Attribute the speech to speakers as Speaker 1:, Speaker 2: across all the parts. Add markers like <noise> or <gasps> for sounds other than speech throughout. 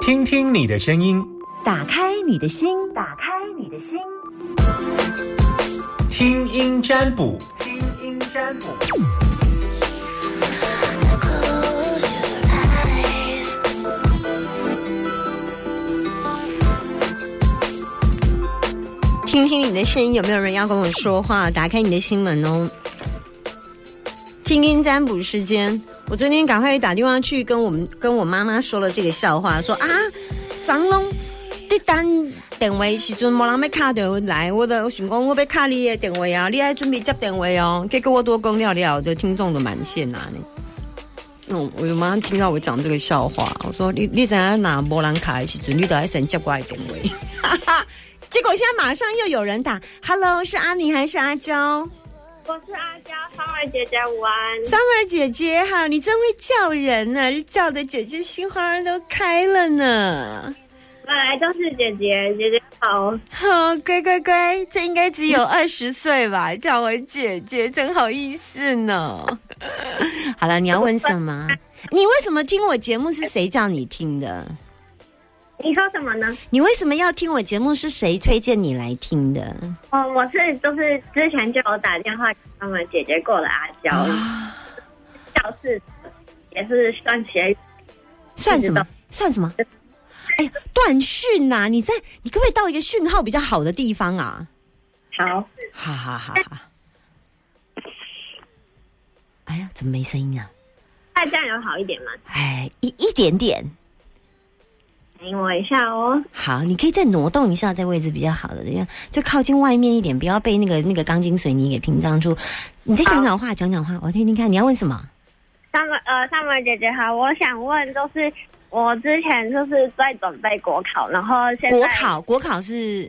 Speaker 1: 听听你的声音，
Speaker 2: 打开你的心，打开你的心，
Speaker 1: 听音占卜，听音占卜。
Speaker 3: 听听你的声音，有没有人要跟我说话？打开你的心门哦。听听占卜时间，我昨天赶快打电话去跟我们跟我妈妈说了这个笑话，说啊，张龙，你等电话时阵没人要敲电话来，我的我想讲我要敲你的电话啊，你还准备接电话哦。结果我多讲了了，的听众都满线啊呢。嗯，我妈听到我讲这个笑话，我说你你怎样拿波兰卡的时阵，你都要先接过来电话，哈哈。 <laughs> 结果现在马上又有人打，Hello，是阿明还是阿娇？
Speaker 4: 我是阿娇，芳儿姐姐午安。
Speaker 3: 三儿姐姐哈，你真会叫人呢、叫的姐姐心花儿都开了呢。
Speaker 4: 本来呃就是姐姐，姐姐好。
Speaker 3: 好、乖乖乖，这应该 <laughs> 只有二十岁吧？叫我姐姐，真好意思呢。 <laughs> 好了，你要问什么？你为什么听我节目？是谁叫你听的？
Speaker 4: 你说什么呢？
Speaker 3: 你为什么要听我节目？是谁推荐你来听的？
Speaker 4: 哦，我是就是之前就有打电话给他们姐姐过了阿娇，教室也是算学语
Speaker 3: 算
Speaker 4: 不
Speaker 3: 什
Speaker 4: 知
Speaker 3: 么
Speaker 4: 道？<laughs>
Speaker 3: 算什么？哎呀，断讯呐、你在你可不可以到一个讯号比较好的地方啊？
Speaker 4: 好。
Speaker 3: 哈哈哈哈！哎呀，怎么没声音啊？
Speaker 4: 那这样有好一点吗？
Speaker 3: 哎，一一点点。
Speaker 4: 等我一下哦。
Speaker 3: 好，你可以再挪动一下，在位置比较好的，这样就靠近外面一点，不要被那个那个钢筋水泥给屏障住。你再讲讲话，讲讲话，我听听看你要问什么。
Speaker 4: 三儿呃，三儿姐姐好，我想问，就是我之前就是在准备国考，然后现在哦
Speaker 3: 国考，国考是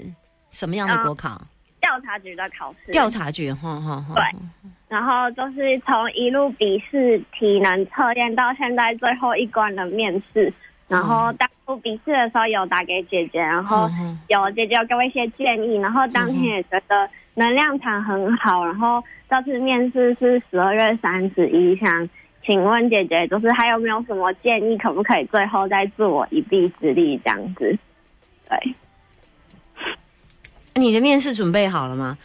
Speaker 3: 什么样的国考？
Speaker 4: 调查局的考试，
Speaker 3: 调查局，哈哈哈。
Speaker 4: 对然后就是从一路笔试、体能测验到现在最后一关的面试。然后当初笔试的时候有打给姐姐，然后
Speaker 3: 嗯
Speaker 4: 有姐姐有给我一些建议，然后当天也觉得嗯能量场很好。然后这次面试是十二月三十一，想请问姐姐，就是还有没有什么建议，可不可以最后再助我一臂之力这样子？对，
Speaker 3: 你的面试准备好了吗？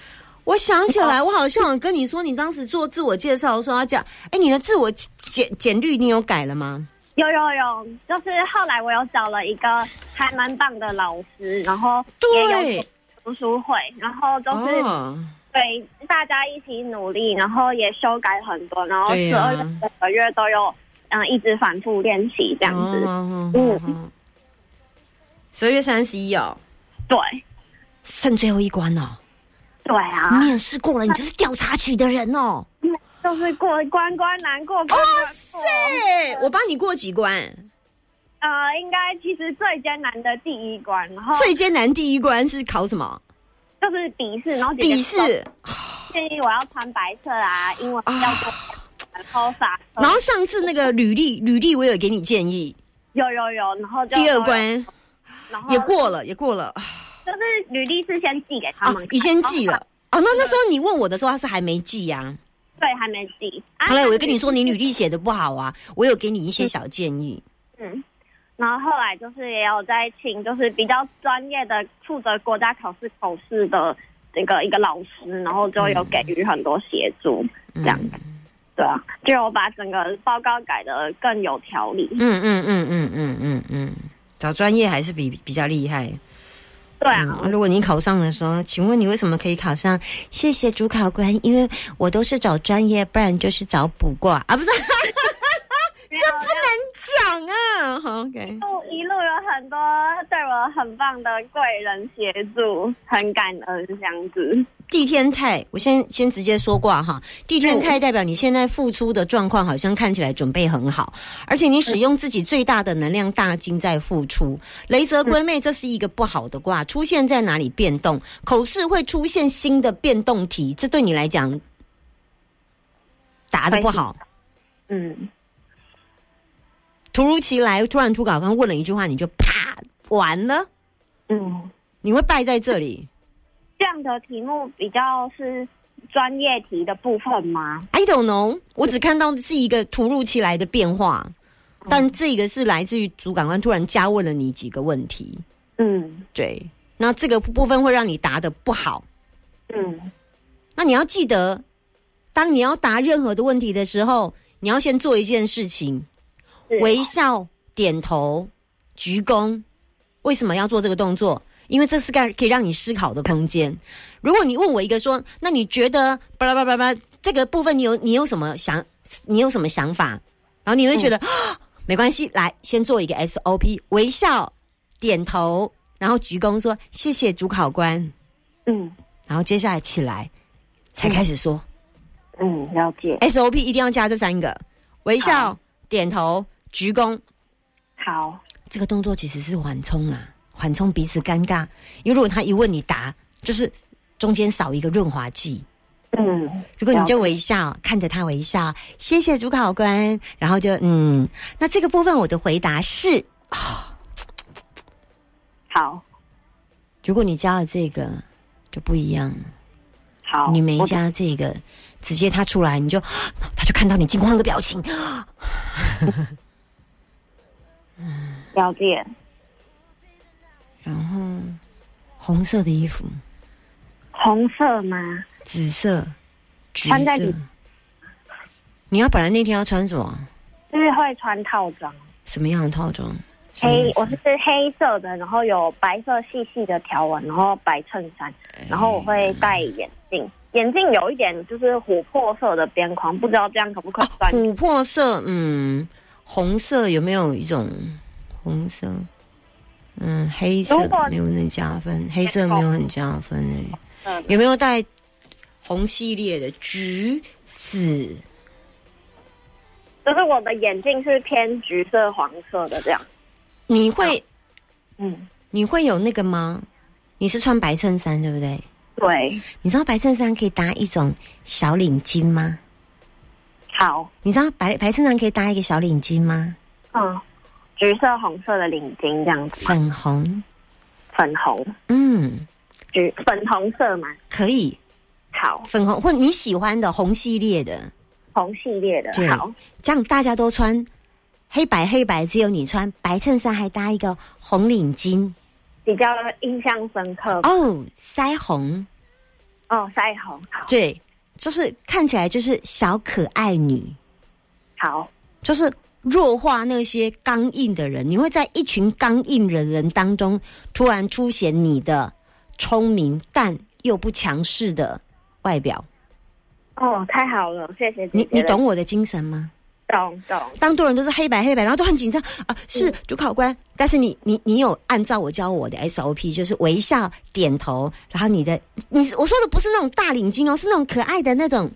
Speaker 3: 我想起来，我好像有跟你说，你当时做自我介绍的时候要讲，哎，你的自我简简历你有改了吗？
Speaker 4: 有有有，就是后来我有找了一个还蛮棒的老师，然后也有
Speaker 3: 对，
Speaker 4: 读书会，然后都是
Speaker 3: 哦，
Speaker 4: 对大家一起努力，然后也修改很多，然后十
Speaker 3: 对呀
Speaker 4: 二整个月都有嗯一直反复练习这
Speaker 3: 这
Speaker 4: 样子。
Speaker 3: 嗯，十二月三十一哦，
Speaker 4: 对
Speaker 3: 剩最后一关哦，
Speaker 4: 对啊，
Speaker 3: 面试过了，你就是调查局的人哦。
Speaker 4: 就是过关关难过关关过。
Speaker 3: 对，我帮你过几关，
Speaker 4: 呃，应该其实最艰难的第一关，然后
Speaker 3: 最艰难第一关是考什么？
Speaker 4: 就是笔试，然后姐姐
Speaker 3: 笔试。
Speaker 4: 嗯建议我要穿白色啊，英文要多。然后法科，
Speaker 3: 然后上次那个履历，履历我有给你建议，
Speaker 4: 有有有，然后就
Speaker 3: 第二，关
Speaker 4: 然后
Speaker 3: 也过了，也过了。
Speaker 4: 就是履历是先寄给他
Speaker 3: 啊
Speaker 4: 们看，，
Speaker 3: 已经寄
Speaker 4: 然后
Speaker 3: 了。哦，那那时候你问我的时候，他是还没寄呀、
Speaker 4: 对，还没寄。啊
Speaker 3: 后来我就跟你说，你履历写的不好啊，我有给你一些小建议。
Speaker 4: 嗯，然后后来就是也有在请，就是比较专业的负责国家考试口试的这个一个老师，然后就
Speaker 3: 嗯
Speaker 4: 有给予很多协助，这样子。对啊，就有把整个报告改得更有条理。
Speaker 3: 嗯嗯嗯嗯嗯嗯嗯，找专业还是比比较厉害。
Speaker 4: 对啊，
Speaker 3: 嗯，如果你考上的时候，请问你为什么可以考上？谢谢主考官，因为我都是找专业，不然就是找卜卦啊，不是 <laughs>
Speaker 4: 这不能
Speaker 3: 讲啊。好，OK，
Speaker 4: 一路有很多对我很棒的贵人协助，很感恩这样子。
Speaker 3: 地天泰，我先先直接说卦哈。地天泰代表你现在付出的状况好像看起来准备很好，而且你使用自己最大的能量大金在付出。雷泽归妹，这是一个不好的卦，出现在哪里变动？口试会出现新的变动题，这对你来讲答的不好。
Speaker 4: 嗯，
Speaker 3: 突如其来，突然主考官问了一句话，你就啪完了，
Speaker 4: 嗯，
Speaker 3: 你会败在这里。
Speaker 4: 这样的题目比较是专业题的部分吗？
Speaker 3: I don't know，我只看到是一个突如其来的变化。但这个是来自于主感官突然加问了你几个问题，
Speaker 4: 嗯
Speaker 3: 对，那这个部分会让你答的不好。
Speaker 4: 嗯
Speaker 3: 那你要记得，当你要答任何的问题的时候，你要先做一件事情：
Speaker 4: 是
Speaker 3: 微笑、点头、鞠躬。为什么要做这个动作？因为这是个可以让你思考的空间。如果你问我一个说，那你觉得巴拉巴拉巴拉这个部分，你有你有什么想，你有什么想法？然后你会觉得、啊 <gasps> 没关系，来先做一个 SOP，微笑、点头，然后鞠躬说谢谢主考官，
Speaker 4: 嗯
Speaker 3: 然后接下来起来才开始说。
Speaker 4: 嗯，了解。
Speaker 3: SOP 一定要加这三个：微笑
Speaker 4: 好、
Speaker 3: 点头、鞠躬。
Speaker 4: 好，
Speaker 3: 这个动作其实是缓冲啊，缓冲彼此尴尬。因为如果他一问你答，就是中间少一个润滑剂。
Speaker 4: 嗯，
Speaker 3: 如果你就
Speaker 4: 了
Speaker 3: 微笑，看着他微笑，谢谢主考官，然后就嗯，那这个部分我的回答是：
Speaker 4: 好
Speaker 3: 如果你加了这个，就不一样了。
Speaker 4: 好，
Speaker 3: 你没
Speaker 4: 我，
Speaker 3: 加这个，直接他出来你就，他就看到你惊慌的表情，
Speaker 4: 了解。
Speaker 3: 然后红色的衣服，
Speaker 4: 红色吗？
Speaker 3: 紫色，橘
Speaker 4: 穿在
Speaker 3: 色
Speaker 4: 里。
Speaker 3: 你要本来那天要穿什么？
Speaker 4: 就是会穿套装，
Speaker 3: 什么样的套装？什么
Speaker 4: 黑
Speaker 3: 颜色
Speaker 4: 我是黑色的，然后有白色细细的条纹，然后白衬衫，然后我会戴眼镜，眼镜有一点就是琥珀色的边框，不知道这样可不可以算？
Speaker 3: 琥珀色，嗯，红色有没有一种红色？嗯，黑色
Speaker 4: 如果
Speaker 3: 没有很加分，黑色没有很加分呢、
Speaker 4: 嗯
Speaker 3: 有没有带红系列的橘紫？
Speaker 4: 就是我的眼镜是偏橘色、黄色的这样。
Speaker 3: 你会
Speaker 4: 嗯，
Speaker 3: 你会有那个吗？你是穿白衬衫对不对？
Speaker 4: 对，
Speaker 3: 你知道白衬衫可以搭一种小领巾吗？
Speaker 4: 好，
Speaker 3: 你知道白白衬衫可以搭一个小领巾吗？
Speaker 4: 嗯，橘色、红色的领巾这样子嘛，
Speaker 3: 粉红，
Speaker 4: 粉红、
Speaker 3: 嗯，
Speaker 4: 橘、粉红色嘛。
Speaker 3: 可以，
Speaker 4: 好，
Speaker 3: 粉红或你喜欢的红系列的，
Speaker 4: 红系列的
Speaker 3: 对，
Speaker 4: 好，
Speaker 3: 这样大家都穿黑白黑白，只有你穿白衬衫，还搭一个红领巾
Speaker 4: 比较印象深刻。
Speaker 3: 哦，腮红，
Speaker 4: 哦，腮红，好，
Speaker 3: 对，就是看起来就是小可爱女，
Speaker 4: 好，
Speaker 3: 就是弱化那些刚硬的人，你会在一群刚硬的人当中，突然出现你的聪明但又不强势的外表。
Speaker 4: 哦，太好了，谢谢姐
Speaker 3: 你
Speaker 4: 姐
Speaker 3: 你
Speaker 4: 了
Speaker 3: 懂我的精神吗？
Speaker 4: 懂懂，
Speaker 3: 当多人都是黑白黑白，然后都很紧张啊，是
Speaker 4: 嗯
Speaker 3: 主考官，但是你你你有按照我教我的 SOP，就是微笑、点头，然后你的你我说的不是那种大领巾哦，是那种可爱的那种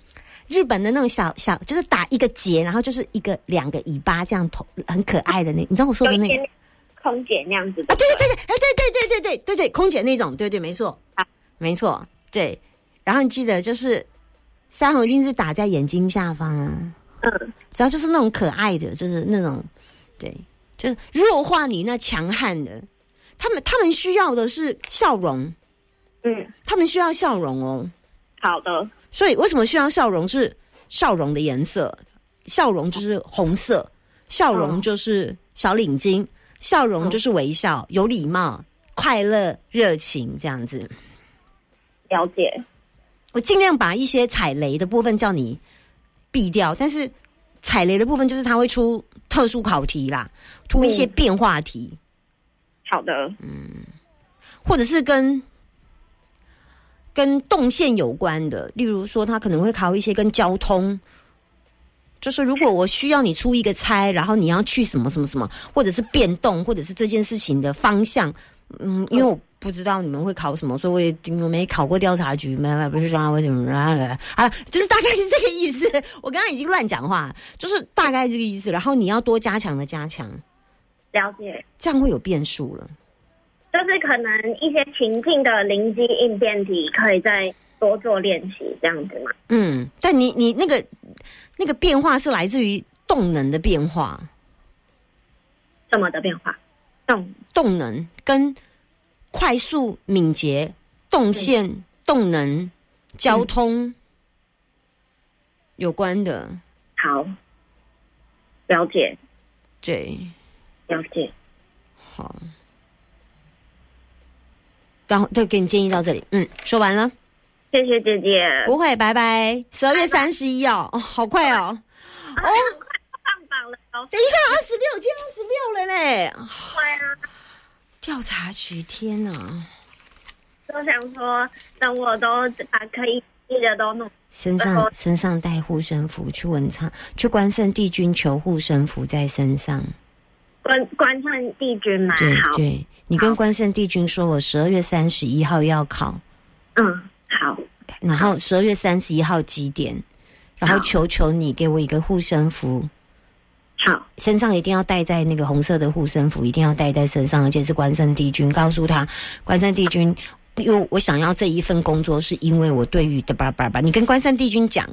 Speaker 3: 日本的那种小小，就是打一个结，然后就是一个两个尾巴这样头，很可爱的那，你知道我说
Speaker 4: 有
Speaker 3: 的
Speaker 4: 一
Speaker 3: 那个
Speaker 4: 点点空姐那样子
Speaker 3: 啊，
Speaker 4: 的，
Speaker 3: 对对对对，哎，对对对对对对对，空姐那种，对对，没错
Speaker 4: 啊，
Speaker 3: 没错，对。然后你记得就是腮红一定是打在眼睛下方啊，
Speaker 4: 嗯，
Speaker 3: 只要就是那种可爱的，就是那种对，就是弱化你那强悍的。他们他们需要的是笑容，
Speaker 4: 嗯，
Speaker 3: 他们需要笑容哦。
Speaker 4: 好的，
Speaker 3: 所以为什么需要笑容？是笑容的颜色，笑容就是红色，笑容就是小领巾，笑容就是微笑，有礼貌、快乐、热情这样子。
Speaker 4: 了解，
Speaker 3: 我尽量把一些踩雷的部分叫你避掉，但是踩雷的部分就是它会出特殊考题啦，出一些
Speaker 4: 嗯
Speaker 3: 变化题，
Speaker 4: 好的，
Speaker 3: 或者是跟跟动线有关的，例如说，它可能会考一些跟交通，就是如果我需要你出一个差，然后你要去什么什么什么，或者是变动，或者是这件事情的方向，嗯，因为我不知道你们会考什么，所以我也我没考过调查局，没没不是说为什么啊啊，就是大概是这个意思。我刚刚已经乱讲话，就是大概这个意思。然后你要多加强的加强，
Speaker 4: 了解，
Speaker 3: 这样会有变数了。
Speaker 4: 就是可能一些情境的灵机应变题，可以再多做练习，这样子嘛。
Speaker 3: 嗯，但你你那个那个变化是来自于动能的变化，
Speaker 4: 什么的变化？嗯懂，
Speaker 3: 动能跟快速、敏捷、动线、动能、交通有关的。
Speaker 4: 好，了解，
Speaker 3: 对，
Speaker 4: 了解。
Speaker 3: 好。然后，对，给你建议到这里。嗯，说完了，
Speaker 4: 谢谢姐姐，
Speaker 3: 不会，拜拜。十二月三十一哦，哦，好快哦。
Speaker 4: 哦，快上榜了哦，
Speaker 3: 等一下，二十六，今天二十六了嘞。
Speaker 4: 快啊！
Speaker 3: 调查局，天哪，
Speaker 4: 就想说，等我都把可以记的都弄。
Speaker 3: 身上身上带护身符，去文昌，去关圣帝君求护身符在身上。
Speaker 4: 关关上帝君嘛，
Speaker 3: 对
Speaker 4: 好，
Speaker 3: 对，你跟
Speaker 4: 好
Speaker 3: 关圣帝君说，我十二月三十一号要考，
Speaker 4: 嗯，好，
Speaker 3: 然后十二月三十一号几点？然后
Speaker 4: 好
Speaker 3: 求求你给我一个护身符，
Speaker 4: 好，
Speaker 3: 身上一定要带在那个红色的护身符，一定要带在身上，而且是关圣帝君。告诉他，关圣帝君，因为我想要这一份工作，是因为我对于的叭叭叭，你跟关圣帝君讲。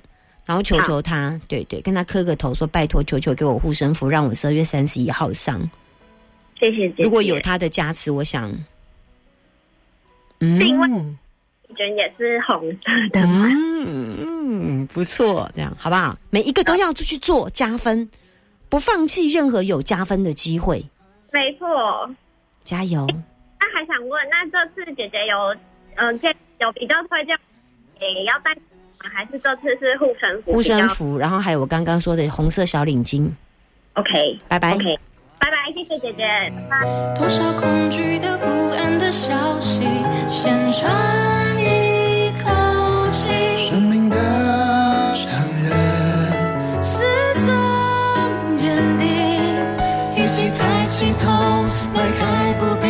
Speaker 3: 然后求求他，对对，跟他磕个头，说拜托，求求给我护身符，让我十二月三十一号上。
Speaker 4: 谢谢姐姐。
Speaker 3: 如果有他的加持，我想，嗯
Speaker 4: 另外帝君也是红色的嘛，
Speaker 3: 嗯，不错，这样好不好？每一个都要出去做加分，不放弃任何有加分的机会，
Speaker 4: 没错。
Speaker 3: 加油！
Speaker 4: 那还想问，那这次姐姐有嗯建、有比较推荐给要带还是这次是护身符
Speaker 3: 护
Speaker 4: 比较？
Speaker 3: 身符，然后还有我刚刚说的红色小领巾，
Speaker 4: OK
Speaker 3: 拜拜。
Speaker 4: OK，拜拜，谢谢姐姐，拜拜。
Speaker 5: 多少恐惧的、不安的消息，先喘一口气，
Speaker 6: 生命的商人，
Speaker 5: 始终坚定，一起抬起头，迈开步，别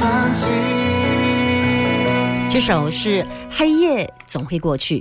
Speaker 5: 放弃。
Speaker 3: 这首是《黑夜总会过去》。